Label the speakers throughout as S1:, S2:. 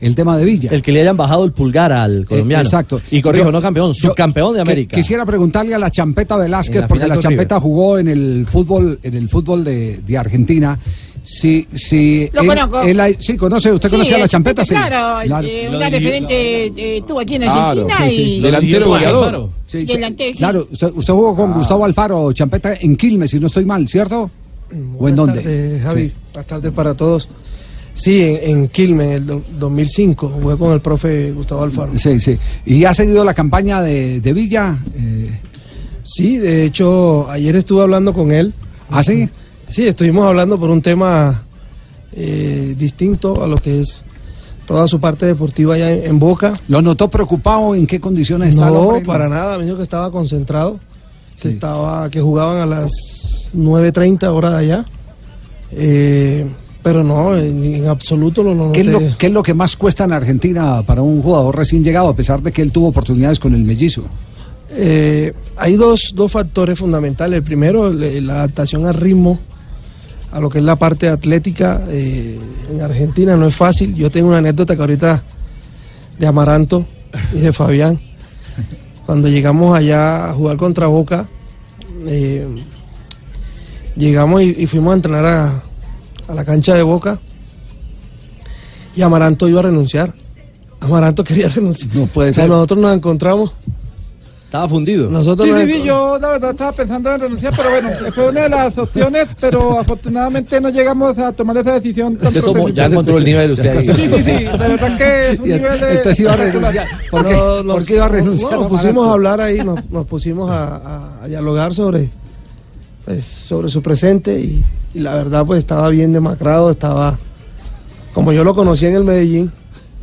S1: el tema de Villa.
S2: El que le hayan bajado el pulgar al colombiano.
S1: Eh, exacto.
S2: Y corrijo,
S1: Yo-
S2: no campeón, subcampeón de
S1: que-
S2: América.
S1: quisiera preguntarle a la Champeta Velázquez,
S2: En la
S1: porque
S2: final
S1: la
S2: con
S1: Champeta jugó en el fútbol, en el fútbol de, de Argentina. Si, si
S3: Lo conozco.
S1: él ha- sí, conoce, usted conoce a la
S3: eh,
S1: Champeta, sí.
S3: Claro, eh,
S1: La-
S3: una referente eh, tuvo aquí en
S4: Claro,
S3: Argentina
S4: sí, sí.
S3: y
S4: delantero goleador.
S1: sí,
S3: delantero, sí.
S1: claro, usted, usted jugó
S2: Ah.
S1: con Gustavo Alfaro, Champeta, en Quilmes, si no estoy mal, ¿cierto? ¿O en
S5: Buenas
S1: dónde?
S5: tardes, Javi.
S1: Sí.
S5: Buenas tardes para todos. Sí, en, en Quilmes, en el do- 2005, jugué con el profe Gustavo Alfaro.
S1: Sí, sí. ¿Y ha seguido la campaña de, de Villa? Eh,
S5: Sí, de hecho, ayer estuve hablando con él.
S1: ¿Ah, sí?
S5: Sí, estuvimos hablando por un tema eh, distinto a lo que es toda su parte deportiva allá en, en Boca.
S1: ¿Lo notó preocupado? ¿En qué condiciones está el
S5: No,
S1: hombre?
S5: para nada, me dijo que estaba concentrado, que, estaba, que jugaban a las 9.30 hora de allá. Eh, pero no, en, en absoluto lo, lo
S1: ¿Qué es,
S5: noté.
S1: lo, qué es lo que más cuesta en Argentina para un jugador recién llegado, a pesar de que él tuvo oportunidades con el mellizo?
S5: Eh, hay dos, dos factores fundamentales. El primero, le- la adaptación al ritmo, a lo que es la parte atlética. eh, en Argentina no es fácil. Yo tengo una anécdota que ahorita de Amaranto y de Fabián. Cuando llegamos allá a jugar contra Boca, eh, llegamos y, y fuimos a entrenar a, a la cancha de Boca. Y Amaranto iba a renunciar. Amaranto quería renunciar.
S1: No puede
S5: O sea,
S1: ser.
S5: nosotros nos encontramos.
S2: Estaba fundido.
S5: Nosotros
S6: Sí,
S5: nos
S6: sí, sí,
S5: encon-
S6: yo la verdad estaba pensando en renunciar, pero bueno, fue una de las opciones, pero afortunadamente no llegamos a tomar esa decisión. tan
S2: Usted tomó- ya encontró el nivel de usted ahí.
S6: Sí, sí, sí, la verdad que es un
S1: Y en-
S6: nivel de...
S1: Entonces iba a renunciar. ¿Por qué,
S5: No, nos-
S1: por qué iba a renunciar?
S5: no, nos
S1: Amaranto?
S5: pusimos a hablar ahí, nos, nos pusimos a, a- a dialogar sobre, pues, sobre su presente y, y la verdad pues estaba bien demacrado, estaba como yo lo conocí en el Medellín,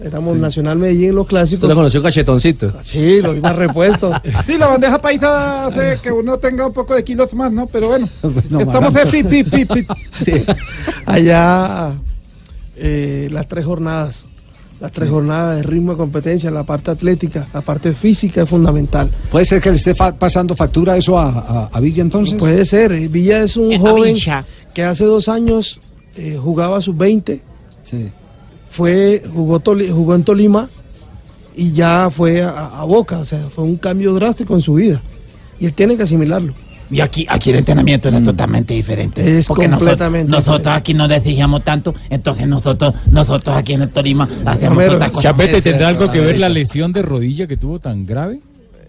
S5: éramos Nacional Medellín los
S2: Usted lo
S5: clásicos.
S2: conoció cachetoncito.
S5: Sí, lo iba repuesto.
S6: Sí, la bandeja paisa hace que uno tenga un poco de kilos más, ¿no? Pero bueno,
S1: No,
S6: estamos
S1: Amaranto.
S6: en pi, pi, pi, pi.
S5: Allá eh, las tres jornadas, las tres jornadas de ritmo de competencia, la parte atlética, la parte física es fundamental.
S1: ¿Puede ser que le esté fa- pasando factura eso a, a- a Villa entonces?
S5: Puede ser. eh, Villa es un
S3: Eh,
S5: joven
S3: Villa.
S5: que hace dos años eh, jugaba sus 20,
S1: Sí.
S5: fue, jugó, Toli- jugó en Tolima y ya fue a, a Boca. O sea, fue un cambio drástico en su vida. Y él tiene que asimilarlo.
S7: Y aquí, aquí el entrenamiento
S4: Mm.
S7: era totalmente diferente.
S5: Es
S7: porque nosotros-
S5: completamente
S7: Nosotros,
S5: diferente.
S7: aquí no exigíamos tanto, entonces nosotros, nosotros aquí en el Torima hacemos
S5: Homero,
S7: otras cosas.
S8: Chapete, ¿tendrá
S2: sí,
S8: algo que ver
S2: América.
S8: la lesión de rodilla que tuvo tan grave?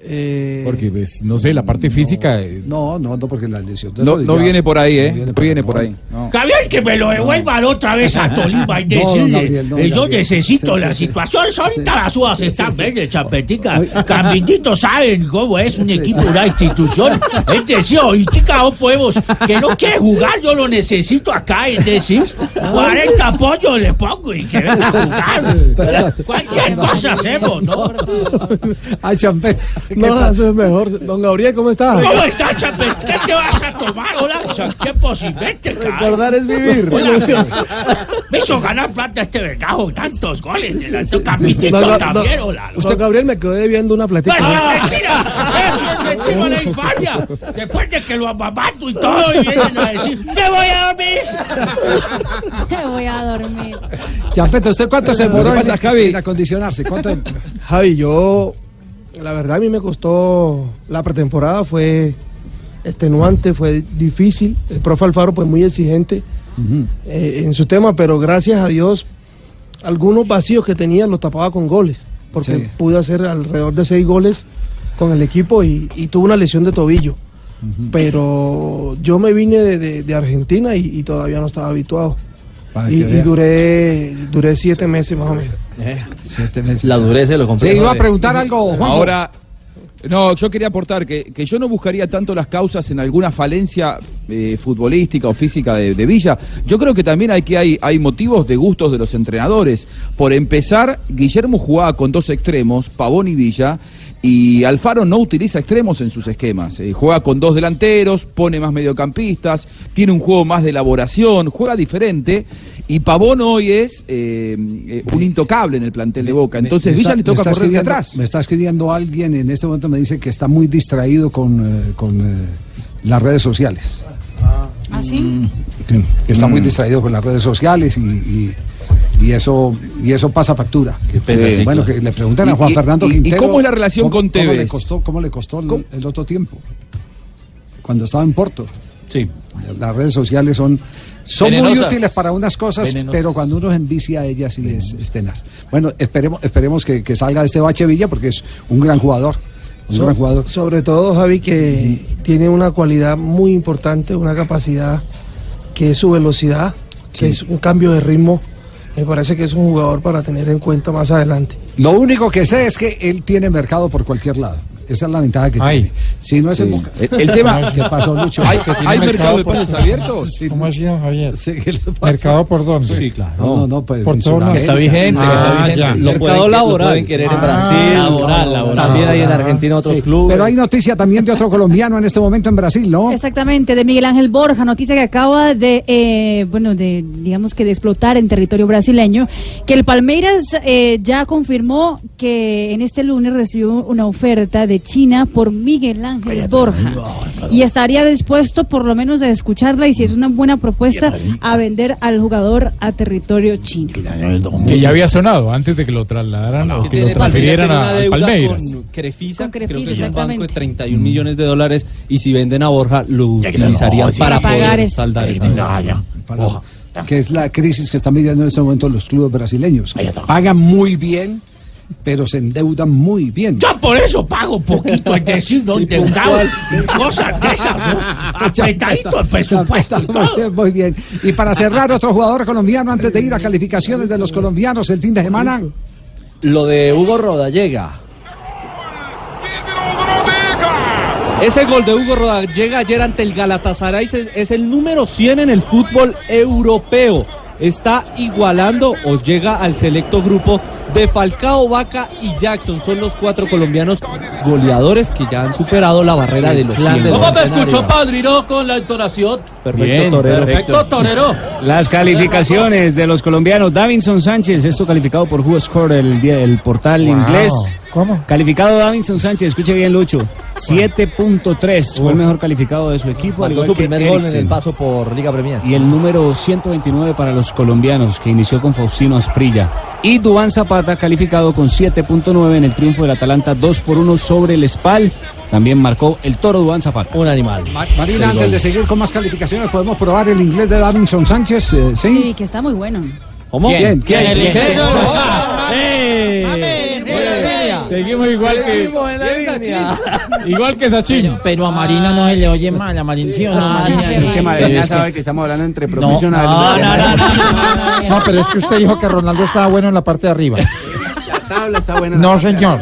S5: Eh,
S8: Porque, pues, no sé, la parte física... eh,
S1: No, no, no, porque la lesión. de
S4: No,
S1: rodilla-
S4: no viene por ahí, ¿eh? No viene por
S1: no.
S4: ahí. no.
S9: Gabriel, que me lo devuelvan otra vez a Tolima y
S1: No, don
S9: decirle,
S1: Gabriel, no,
S9: eh, yo
S1: Gabriel.
S9: necesito
S1: Sí,
S9: la
S1: sí, sí.
S9: situación, ahorita
S1: Sí.
S9: las uvas
S1: Sí, sí,
S9: están,
S1: sí.
S9: venga, chapetica,
S1: Oye.
S9: Camindito saben cómo es un equipo, una institución, es decir, y chica, no podemos, que no quiere jugar, yo lo necesito acá, es decir,
S1: Ah,
S9: 40
S1: pues.
S9: pollos le pongo y que venga a jugar, cualquier cosa hacemos, ¿no?
S1: Ay, champeta. ¿qué
S5: no,
S1: tal?
S5: eso es mejor. Don Gabriel, ¿cómo estás?
S9: ¿Cómo estás, chapetica? ¿Qué te vas a tomar? Hola, qué posiblemente, cabrón.
S5: es vivir.
S9: Me hizo ganar plata este vergajo, tantos goles de las camisitas
S5: No, no, no.
S9: también, hola.
S5: Don Gabriel, me quedé viendo una Ah.
S9: No,
S5: platica.
S10: Pues,
S9: eso es mentira, eso es mentira la infancia. Después de que lo amamanto y todo, y vienen a decir, ¡te voy a dormir!
S10: Me voy a dormir.
S1: Champeta, ¿usted cuánto se demoró
S4: que
S1: en,
S4: pasa, Javi-
S1: en acondicionarse? ¿Cuánto en-
S5: Javi, yo, la verdad a mí me costó, la pretemporada fue extenuante, fue difícil, el profe Alfaro pues muy exigente eh, en su tema, pero gracias a Dios algunos vacíos que tenía los tapaba con goles, porque
S1: Sí.
S5: pude hacer alrededor de seis goles con el equipo y, y tuve una lesión de tobillo, pero yo me vine de, de- de Argentina y, y todavía no estaba habituado.
S1: Para que
S5: Y, y
S1: vea.
S5: duré, duré siete meses más o menos.
S1: Siete meses.
S2: La dureza de los
S1: Sí,
S2: complejos.
S1: iba a
S2: de-
S1: preguntar algo, Juan.
S4: Ahora, no, yo quería aportar que, que yo no buscaría tanto las causas en alguna falencia eh, futbolística o física de, de Villa. Yo creo que también hay que hay, hay motivos de gustos de los entrenadores. Por empezar, Guillermo jugaba con dos extremos, Pavón y Villa. Y Alfaro no utiliza extremos en sus esquemas. Eh, juega con dos delanteros, pone más mediocampistas, tiene un juego más de elaboración, juega diferente. Y Pavón hoy es eh, eh, un intocable en el plantel de Boca.
S1: Me-
S4: Entonces
S1: me
S4: Villa
S1: está-
S4: le
S1: me
S4: toca
S1: está
S4: correr de
S1: escribiendo-
S4: atrás.
S1: Me está escribiendo alguien en este momento, me dice que está muy distraído con, eh, con eh, las redes sociales.
S10: ¿Así?
S4: Mm.
S1: Que está muy distraído con las redes sociales y, y- y eso, y eso pasa factura.
S2: pesa, sí,
S1: bueno,
S2: claro.
S1: que le preguntan a
S4: ¿Y-
S1: Juan
S4: y-
S1: Fernando
S4: y- y
S1: Quintero.
S4: cómo es la relación
S1: cómo-
S4: con
S1: Cómo le
S4: Tevez?
S1: costó, cómo le costó el- el otro tiempo, cuando estaba en Porto.
S2: Sí.
S1: Las redes sociales son, son muy
S2: Venenosas.
S1: útiles para unas cosas,
S2: Venenosas.
S1: pero cuando uno se envicia a ellas sí es, es tenaz. Bueno, esperemos, esperemos que, que salga de este bache Villa porque es un gran jugador. Un
S5: So-
S1: gran jugador.
S5: Sobre todo, Javi, que tiene una cualidad muy importante, una capacidad que es su velocidad, que es un cambio de ritmo. Me parece que es un jugador para tener en cuenta más adelante.
S1: Lo único que sé es que él tiene mercado por cualquier lado. Esa es la ventaja que
S8: Ay.
S1: tiene. Si no es en
S4: Sí.
S1: Boca.
S4: El- el tema-
S1: ¿Qué pasó, Lucho?
S4: ¿Hay,
S8: tiene
S4: hay mercado
S8: mercado
S4: de
S8: por-
S4: pases abiertos?
S8: ¿Cómo así, Javier?
S1: Sí, ¿qué le pasa?
S8: ¿Mercado por dónde? Sí, claro.
S1: No, no, no, pues,
S8: Por
S1: en
S8: todo lado.
S1: Sudamérica.
S8: Está vigente,
S2: que está
S8: Ah,
S2: vigente.
S8: ya.
S2: Lo
S8: Mercado
S2: pueden- lo
S8: laboral.
S2: pueden querer en
S8: Ah,
S2: Brasil,
S8: laboral, laboral.
S2: también hay en
S1: Ah,
S2: Argentina otros
S1: Sí,
S2: clubes.
S1: Pero hay noticia también de otro colombiano en este momento en Brasil, ¿no?
S10: Exactamente, de Miguel Ángel Borja, noticia que acaba de, eh, bueno, de, digamos que de explotar en territorio brasileño, que el Palmeiras eh, ya confirmó que en este lunes recibió una oferta de China por Miguel Ángel Borja y estaría dispuesto por lo menos a escucharla y si es una buena propuesta a vender al jugador a territorio chino.
S8: Que ya había sonado antes de que lo trasladaran o que lo transfirieran a al Palmeiras.
S2: Con Crefisa,
S10: Con
S2: creo que
S10: Crefisa,
S2: es un banco de
S10: exactamente.
S2: 31 millones de dólares. Y si venden a Borja, lo utilizarían
S7: sí.
S2: para
S10: Para pagar
S2: poder
S10: eso.
S2: saldar esa
S8: Eh,
S2: deuda.
S1: Para- que es la crisis que están viviendo en este momento los clubes brasileños. Pagan muy bien, pero se endeudan muy bien.
S9: Yo por eso pago poquito, es decir, no
S1: Sí,
S9: endeudado,
S1: puntual, sí.
S9: cosa que esa, ¿no? apretadito el presupuesto y todo.
S1: Muy, muy bien. Y para cerrar, otro jugador colombiano antes de ir a calificaciones de los colombianos el fin de semana.
S2: Lo de Hugo Rodallega. Ese gol de Hugo Rodallega ayer ante el Galatasaray es, es el número 100 en el fútbol europeo. Está igualando o llega al selecto grupo de Falcao, Vaca y Jackson. Son los cuatro colombianos goleadores que ya han superado la barrera de los 100.
S9: Padrino con la entonación?
S2: Perfecto, Torero.
S9: Torero.
S11: Las calificaciones de los colombianos. Davinson Sánchez, esto calificado por WhoScore, el, día- el portal
S8: Wow.
S11: inglés.
S8: ¿Cómo?
S11: Calificado Davinson Sánchez, escuche bien Lucho, 7.3 fue el mejor calificado de su equipo, al
S2: Mandó
S11: igual
S2: su
S11: que
S2: primer gol en
S11: Eriksen.
S2: el paso por Liga Premier.
S11: Y el número 129 para los colombianos, que inició con Faustino Asprilla. Y Duván Zapata, calificado con 7.9 en el triunfo del Atalanta 2 por 1 sobre el Spal. También marcó el toro Duván Zapata.
S2: Un animal.
S1: Ma- Marina, antes de seguir con más calificaciones, podemos probar el inglés de Davinson Sánchez. Eh, ¿sí?
S10: Sí, que está muy bueno.
S2: ¿Cómo?
S1: ¿Quién?
S2: ¿Quién?
S1: ¿Quién?
S2: ¿Quién?
S8: Seguimos igual igual que Sachin.
S7: Pero a Marina no se le oye mal, a Marina sí o no.
S6: Ah,
S7: Marina?
S10: es que Madrid
S7: Pero es que-
S11: que estamos hablando entre
S7: No, no, no, no, no, no, no.
S6: pero es que usted dijo que Ronaldo estaba bueno en la parte de arriba.
S7: No, señor.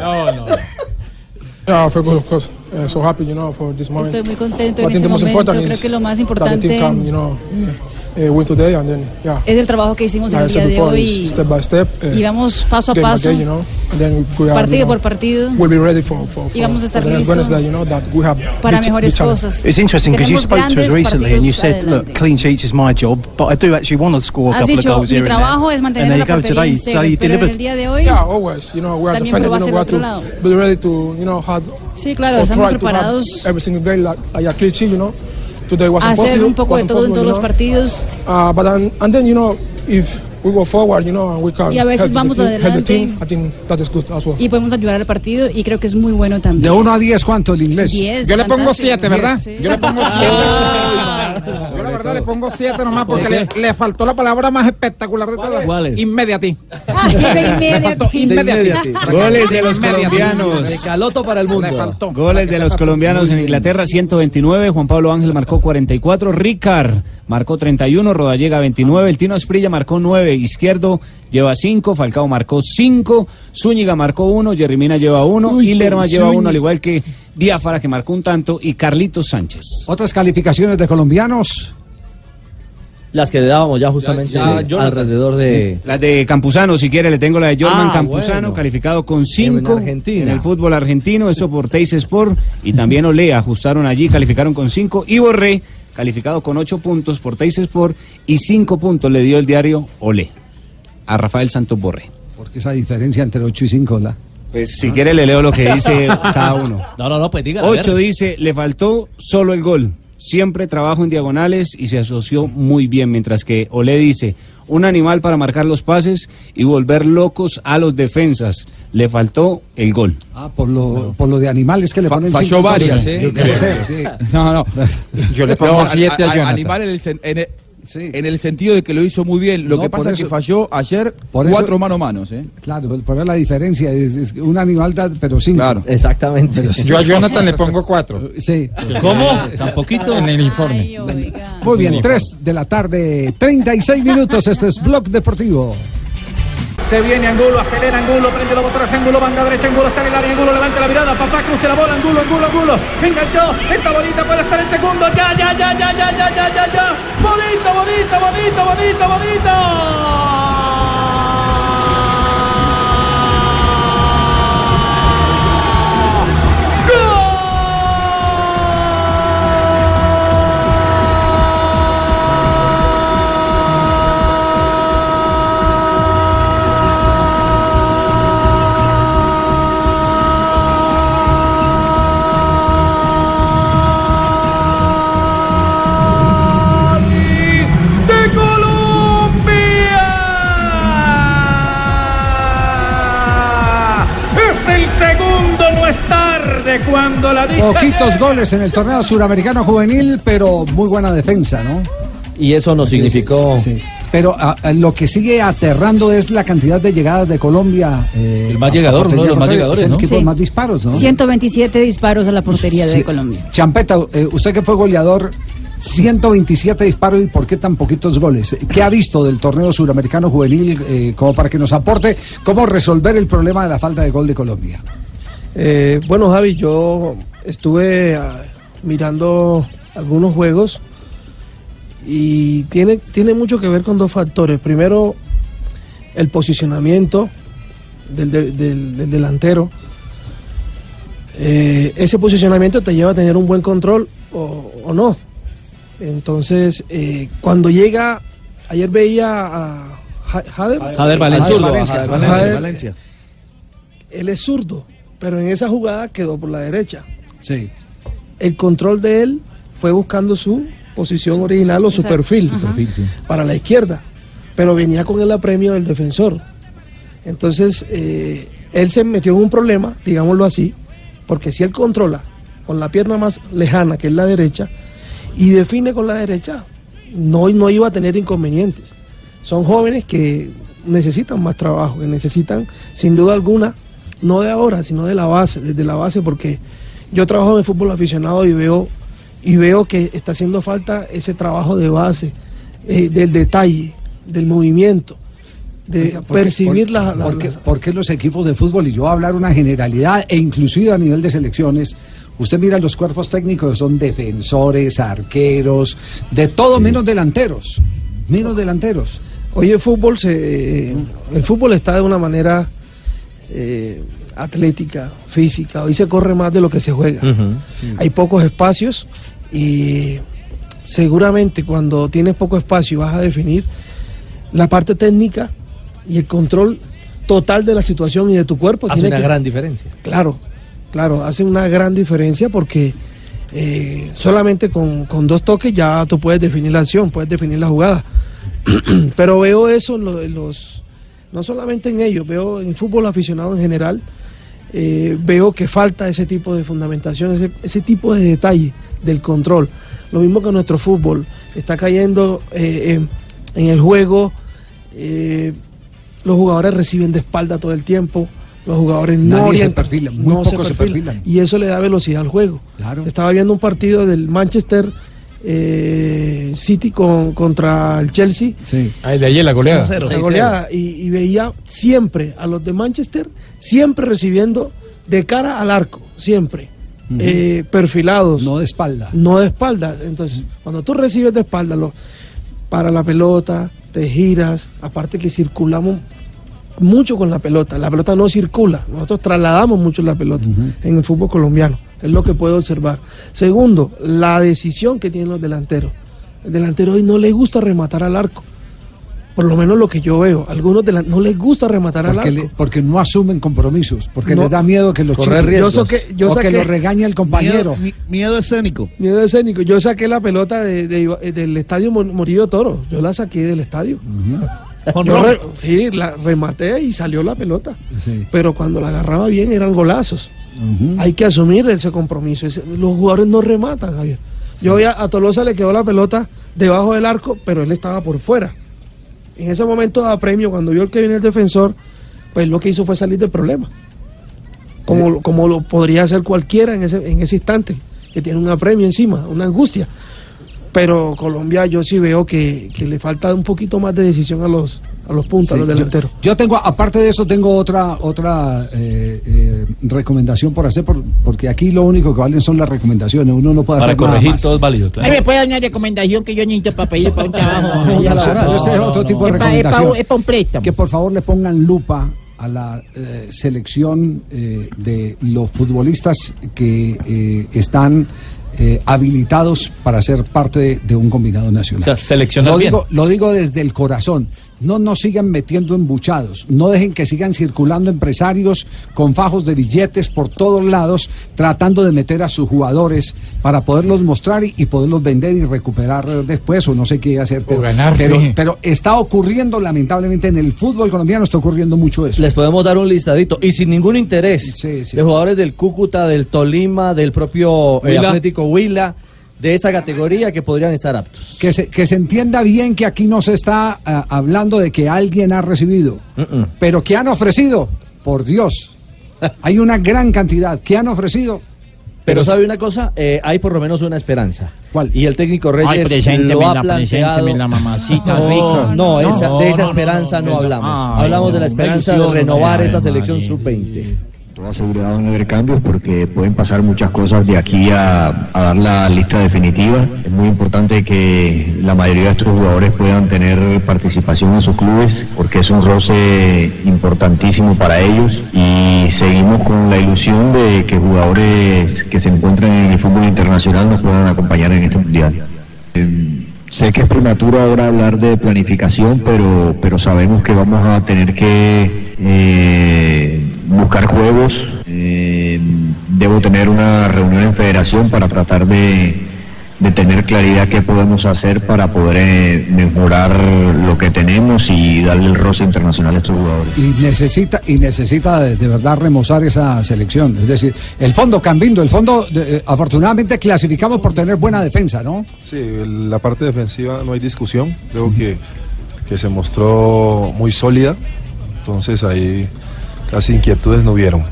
S6: No, fue good, of course. Uh, so happy, you know, for this moment.
S10: Estoy muy contento
S6: But I
S10: en este
S6: think the most
S10: momento.
S6: important
S10: Creo
S6: is
S10: que lo más
S6: that the
S10: importante
S6: team come, you know, eh, eh, win today and then, yeah.
S10: es el trabajo que hicimos
S6: Like
S10: el
S6: I
S10: día
S6: said
S10: de
S6: before,
S10: hoy.
S6: it's step by step, eh,
S10: y vamos paso a
S6: day by
S10: paso,
S6: day, you know, and then we are,
S10: partido
S6: you
S10: por
S6: know,
S10: partido,
S6: we'll be ready for, for,
S10: Y vamos a
S6: for
S10: estar
S6: the next
S10: listos
S6: Wednesday, you know, that we have
S10: para
S6: big-
S10: mejores
S6: big challenge.
S10: cosas.
S12: It's interesting because you
S10: Tenemos
S12: spoke to us
S10: grandes
S12: recently and you
S10: partidos
S12: said,
S10: adelante.
S12: look, clean sheets is my job, but I do actually want to score a
S10: Has
S12: couple of
S10: dicho,
S12: goals
S10: mi
S12: here and
S10: trabajo
S12: there.
S10: es
S12: And
S10: mantener
S12: there
S10: la
S12: you go
S10: portería
S12: today.
S10: en
S12: So
S10: cero,
S12: you
S10: pero en el
S12: delivered.
S10: día de hoy,
S6: Yeah, always, you know, we are
S10: También probaste
S6: defending, you know, we
S10: el
S6: have
S10: otro
S6: to
S10: lado.
S6: be ready to, you know, have
S10: Sí, claro,
S6: or
S10: estamos
S6: try to have
S10: preparados.
S6: every single day like, like a clean sheet, you know. Today wasn't
S10: hacer
S6: possible,
S10: un poco de
S6: wasn't
S10: todo en
S6: possible,
S10: todos
S6: you
S10: los
S6: know.
S10: partidos.
S6: Uh, but then, and then you know if we go forward, you know, and we can
S10: Y a veces
S6: help the
S10: vamos
S6: team- help the
S10: adelante.
S6: team, I think that is good as well.
S10: Y podemos ayudar al partido y creo que es muy bueno
S1: De
S10: también.
S1: 1 a 10, ¿cuánto el inglés?
S10: Diez,
S6: Yo le pongo
S10: fantástico.
S6: siete, ¿verdad?
S10: Sí. Ah.
S6: Yo le pongo siete.
S12: Yo la verdad le pongo 7 nomás porque le, le faltó la palabra más espectacular de todas.
S2: ¿Cuál es?
S12: Inmediati.
S10: Ay, Ah, de inmediato.
S12: Inmediati.
S11: Goles de los
S2: De
S11: colombianos.
S2: caloto para el
S12: Le
S2: mundo.
S12: faltó.
S11: Goles de los colombianos en Inglaterra 129, Juan Pablo Ángel marcó 44, Ricard marcó 31, Rodallega 29, el Tino Esprilla marcó 9, Izquierdo lleva 5, Falcao marcó 5, Zúñiga marcó 1, Yerrimina lleva 1 y Lerma lleva 1, al igual que Biafara que marcó un tanto y Carlitos Sánchez.
S1: Otras calificaciones de colombianos.
S2: Las que le dábamos ya justamente
S1: Ya, ya,
S2: sí, alrededor de...
S11: La de Campuzano, si quiere, le tengo la de Jordan
S2: Ah,
S11: Campuzano,
S2: bueno.
S11: calificado con
S2: En
S11: 5 en,
S2: Argentina.
S11: el fútbol argentino, eso por Teis Sport y también Olea, ajustaron allí, calificaron con 5 y Borré, calificado con 8 puntos por Teis Sport y 5 puntos le dio el diario Olé a Rafael Santos Borré.
S1: Porque esa diferencia entre 8 y 5, ¿verdad?
S11: Pues si quiere le leo lo que dice cada uno.
S2: No, no, no, pues diga.
S11: 8 dice, le faltó solo el gol. Siempre trabajo en diagonales y se asoció muy bien, mientras que Olé dice, un animal para marcar los pases y volver locos a los defensas. Le faltó el gol.
S1: Ah, por lo, por lo de animales que le ponen
S4: falló
S1: cinco
S4: varias, ¿eh?
S1: soles. Yo qué sé, sí.
S4: No, no.
S1: Yo le pongo siete a Jonathan.
S4: Animal en el, sen- en el- en el sentido de que lo hizo muy bien. Lo
S1: No,
S4: que
S1: por
S4: pasa es que
S1: eso-
S4: falló ayer
S1: por eso-
S4: cuatro mano a manos. ¿eh?
S1: Claro, el- por ver la diferencia. Es, es un animal, da- pero cinco. Claro,
S13: exactamente. Yo a Jonathan le pongo
S1: cuatro. Sí.
S13: ¿Cómo? ¿Tan poquito? En el informe.
S1: Muy bien, 3 de la tarde, 36 minutos. Este es Blog Deportivo.
S14: Se viene Angulo, acelera Angulo, prende los motores Angulo, banda derecha Angulo, está en el área Angulo, levanta la mirada, papá cruce la bola, Angulo, Angulo, Angulo, enganchó, esta bolita puede estar en segundo, ya, ya, ya, ya, ya, ya, ya, ya, ya, bonito, bonito, bonito, bonito, bonito. de Colombia. Es el segundo no es tarde cuando la dicha
S1: Poquitos goles en el torneo suramericano juvenil, pero muy buena defensa, ¿no?
S13: Y eso nos significó.
S1: Pero ah, ah, lo que sigue aterrando es la cantidad de llegadas de Colombia. eh,
S13: El más
S1: a
S13: llegador, uno
S1: portería
S13: de los más
S1: contraria.
S13: llegadores,
S1: Es el
S13: ¿no?
S1: equipo de
S10: Sí.
S1: más disparos, ¿no?
S10: 127 disparos a la portería de
S1: Sí.
S10: Colombia.
S1: Champeta, eh, usted que fue goleador, 127 disparos y por qué tan poquitos goles. ¿Qué ha visto del torneo suramericano juvenil eh, como para que nos aporte cómo resolver el problema de la falta de gol de Colombia?
S5: Eh, bueno, Javi, yo estuve ah, mirando algunos juegos y tiene, tiene mucho que ver con dos factores. Primero, el posicionamiento del, del- del- del delantero. Eh, ese posicionamiento te lleva a tener un buen control o, o no. Entonces, eh, cuando llega, ayer veía a Ja- Jader,
S2: Jader Valencia. Jader Valencia.
S5: Jader-
S2: Valencia.
S5: él es zurdo, pero en esa jugada quedó por la derecha.
S1: Sí.
S5: El control de él fue buscando su posición original o su
S15: exacto.
S5: perfil
S15: Ajá. Perfil, sí.
S5: para la izquierda, pero venía con el apremio del defensor. Entonces, eh, él se metió en un problema, digámoslo así, porque si él controla con la pierna más lejana, que es la derecha, y define con la derecha, no, no iba a tener inconvenientes. Son jóvenes que necesitan más trabajo, que necesitan, sin duda alguna, no de ahora, sino de la base, desde la base, porque yo trabajo en el fútbol aficionado y veo, y veo que está haciendo falta ese trabajo de base, eh, del detalle, del movimiento, de
S1: Oiga, ¿por qué-
S5: percibir
S1: por-
S5: las- las-
S1: ¿por, qué, por qué los equipos de fútbol, y yo voy a hablar una generalidad, e inclusive a nivel de selecciones, usted mira los cuerpos técnicos, son defensores, arqueros, de todo menos delanteros, menos delanteros.
S5: Hoy el fútbol se, eh, el fútbol está de una manera eh, atlética, física. Hoy se corre más de lo que se juega. Hay pocos espacios y seguramente cuando tienes poco espacio y vas a definir la parte técnica y el control total de la situación y de tu cuerpo.
S13: Hace una
S5: tiene que-
S13: gran diferencia.
S5: Claro, claro, hace una gran diferencia porque eh, solamente con, con dos toques ya tú puedes definir la acción, puedes definir la jugada. Pero veo eso en lo- en los, no solamente en ellos, veo en fútbol aficionado en general, eh, veo que falta ese tipo de fundamentación, ese, ese tipo de detalle del control. Lo mismo que nuestro fútbol está cayendo eh, en, en el juego. eh, los jugadores reciben de espalda todo el tiempo. Los jugadores no,
S1: Nadie se
S5: orientan,
S1: perfila, muy pocos se perfilan.
S5: Y eso le da velocidad al juego. Estaba viendo un partido del Manchester eh, City con- contra el Chelsea.
S1: Sí.
S8: Ah, el de ayer, la goleada.
S5: Sí, la goleada. Y, y veía siempre a los de Manchester, siempre recibiendo de cara al arco, siempre. Eh, perfilados. No
S1: de espalda.
S5: No de espalda. Entonces, cuando tú recibes de espalda, lo, para la pelota, te giras, aparte que circulamos mucho con la pelota, la pelota no circula, nosotros trasladamos mucho la pelota en el fútbol colombiano, es lo que puedo observar. Segundo, la decisión que tienen los delanteros. El delantero hoy no le gusta rematar al arco. Por lo menos lo que yo veo. Algunos de la- no les gusta rematar al
S1: Porque,
S5: arco.
S1: le- porque no asumen compromisos, porque
S5: No.
S1: les da miedo que los
S5: Correr
S1: chiflen.
S5: riesgos. Yo saqué- yo
S1: o que
S5: saqué-
S1: los regañe el compañero.
S5: Miedo- escénico. Miedo escénico. Yo saqué la pelota de- de Iba- eh, del estadio Mon- Murillo Toro. Yo la saqué del estadio. Yo
S1: Ron.
S5: re- sí, la rematé y salió la pelota.
S1: Sí.
S5: Pero cuando la agarraba bien eran golazos. Hay que asumir ese compromiso. Ese- Los jugadores no rematan, Javier. Yo vi a, a Tolosa le quedó la pelota debajo del arco, pero él estaba por fuera. En ese momento a premio, cuando vio el que viene el defensor, pues lo que hizo fue salir del problema. Como, como lo podría hacer cualquiera en ese, en ese instante, que tiene un premio encima, una angustia. Pero Colombia yo sí veo que, que le falta un poquito más de decisión a los, a los puntas,
S1: Sí,
S5: a los
S1: yo-
S5: delanteros.
S1: Yo tengo, aparte de eso, tengo otra otra eh, eh, recomendación por hacer, por- porque aquí lo único que valen son las recomendaciones. Uno no puede
S15: Para
S1: hacer nada
S15: corregir,
S1: más.
S15: todo es válido,
S3: Ahí me puede dar una recomendación que yo necesito para pedir para un trabajo.
S1: No,
S3: allá
S1: no,
S3: laboral.
S1: no, ese es otro tipo de
S3: Es pa- es pa-
S1: recomendación.
S3: es pa un préstamo.
S1: Que por favor le pongan lupa a la eh, selección eh, de los futbolistas que eh, están eh, habilitados para ser parte de, de un combinado nacional.
S15: O sea, seleccionar
S1: lo
S15: bien.
S1: digo, lo digo desde el corazón. No nos sigan metiendo embuchados. No dejen que sigan circulando empresarios con fajos de billetes por todos lados, tratando de meter a sus jugadores para poderlos mostrar y, y poderlos vender y recuperar después, o no sé qué hacer. Pero,
S8: ganar,
S1: pero,
S8: sí.
S1: pero está ocurriendo, lamentablemente, en el fútbol colombiano está ocurriendo mucho eso.
S13: Les podemos dar un listadito y sin ningún interés de jugadores del Cúcuta, del Tolima, del propio eh,
S1: Huila.
S13: Atlético Huila, de esa categoría que podrían estar aptos.
S1: Que se, que se entienda bien que aquí no se está ah, hablando de que alguien ha recibido, pero que han ofrecido, por Dios, hay una gran cantidad que han ofrecido.
S13: Pero sabe una cosa, Eh, hay por lo menos una esperanza. ¿Cuál? Y el técnico
S1: Ay,
S13: Reyes lo ha
S1: preséntemela,
S13: planteado.
S1: preséntemela, mamacita
S13: no, no,
S1: rica. No,
S13: esa-
S1: no,
S13: de esa
S1: no,
S13: esperanza no,
S1: no, no,
S13: hablamos.
S1: ay,
S13: hablamos
S1: no,
S13: de la esperanza de
S1: bendición,
S13: renovar
S1: Ave
S13: esta selección sub-20.
S16: Toda seguridad van a haber cambios porque pueden pasar muchas cosas de aquí a, a dar la lista definitiva. Es muy importante que la mayoría de estos jugadores puedan tener participación en sus clubes porque es un roce importantísimo para ellos y seguimos con la ilusión de que jugadores que se encuentran en el fútbol internacional nos puedan acompañar en este mundial. Sé que es prematuro ahora hablar de planificación, pero, pero sabemos que vamos a tener que eh, buscar juegos. Eh, debo tener una reunión en federación para tratar de, de tener claridad qué podemos hacer para poder eh, mejorar lo que tenemos y darle el roce internacional a estos jugadores.
S1: Y necesita, y necesita de, de verdad remozar esa selección. Es decir, el fondo Cambindo, el fondo, de- eh, afortunadamente clasificamos por tener buena defensa, ¿no?
S17: Sí, el- la parte defensiva no hay discusión. Creo que, que se mostró muy sólida. Entonces ahí casi inquietudes no hubieron.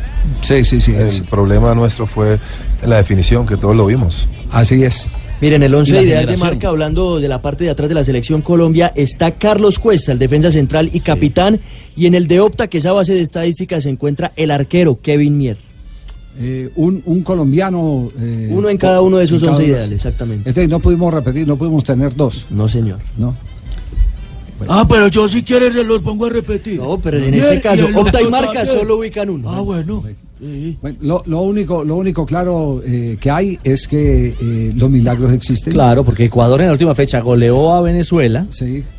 S1: Sí, sí, sí.
S17: El problema nuestro fue en la definición, que todos lo vimos.
S1: Así es.
S18: Miren, el
S17: Y
S18: 11
S17: la
S18: ideal de
S17: generación.
S18: marca, hablando de la parte de atrás de la selección Colombia, está Carlos Cuesta, el defensa central y capitán. Y en el de Opta, que es a base de estadísticas, se encuentra el arquero, Kevin Mier.
S1: Eh, un, un colombiano. eh,
S18: Uno en cada uno de esos
S1: en cada
S18: 11
S1: uno de
S18: ideales,
S1: esos.
S18: exactamente.
S1: Entonces no pudimos repetir, no pudimos tener dos.
S18: No, señor.
S1: No.
S9: Ah, pero yo si quieres se los pongo a repetir. No,
S18: pero en este caso, Opta y Marca solo
S9: ubican uno. Ah, bueno.
S1: Bueno, Lo, lo único, lo único claro eh, que hay es que eh, los milagros existen.
S13: Claro, porque Ecuador en la última fecha goleó a Venezuela,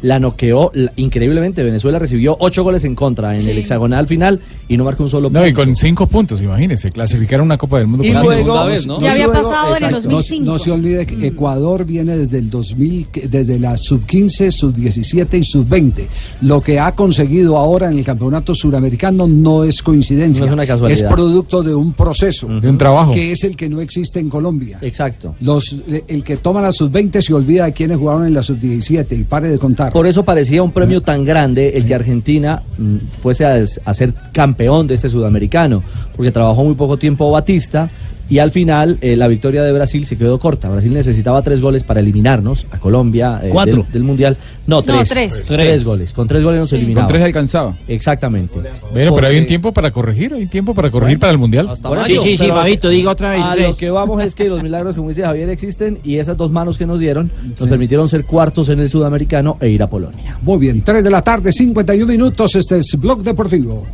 S13: la noqueó la- increíblemente. Venezuela recibió ocho goles en contra en
S8: Sí.
S13: el hexagonal final y no marcó un solo
S8: No, y con cinco puntos, imagínese, clasificar a una Copa del Mundo
S13: Y
S8: con
S13: luego-
S8: cinco
S13: Ya
S8: puntos.
S13: había
S8: Y luego-
S13: pasado en el
S8: exacto.
S13: 2005.
S1: No, se olvide que Ecuador viene desde el 2000, que- desde la sub 15, sub 17 y sub 20. Lo que ha conseguido ahora en el campeonato suramericano no es coincidencia.
S13: No es una casualidad. Mm.
S1: Es producto de un proceso.
S13: De un trabajo.
S1: Que es el que no existe en Colombia.
S13: Exacto.
S1: Los, el que toma la sub 20 se olvida de quienes jugaron en la sub 17 y pare de contar.
S13: Por eso parecía un premio tan grande el que Argentina mm, fuese a, des- a ser campeón de este sudamericano, porque trabajó muy poco tiempo Batista y al final eh, la victoria de Brasil se quedó corta. Brasil necesitaba tres goles para eliminarnos a Colombia eh,
S4: Cuatro.
S13: Del, del Mundial. No,
S4: No,
S13: tres.
S4: tres.
S13: Tres.
S4: Tres.
S13: goles. Con tres goles nos eliminaba.
S4: Con tres
S13: alcanzaba. Exactamente.
S8: Bueno, pero hay
S13: Porque-
S8: un tiempo para corregir, hay tiempo para corregir para el Mundial.
S13: Bueno, pero a- A lo que vamos es que los milagros, como dice Javier, existen y esas dos manos que nos dieron nos permitieron ser cuartos en el sudamericano e ir a Polonia.
S1: Muy bien, 3 de la tarde, 51 minutos. Este es Blog Deportivo.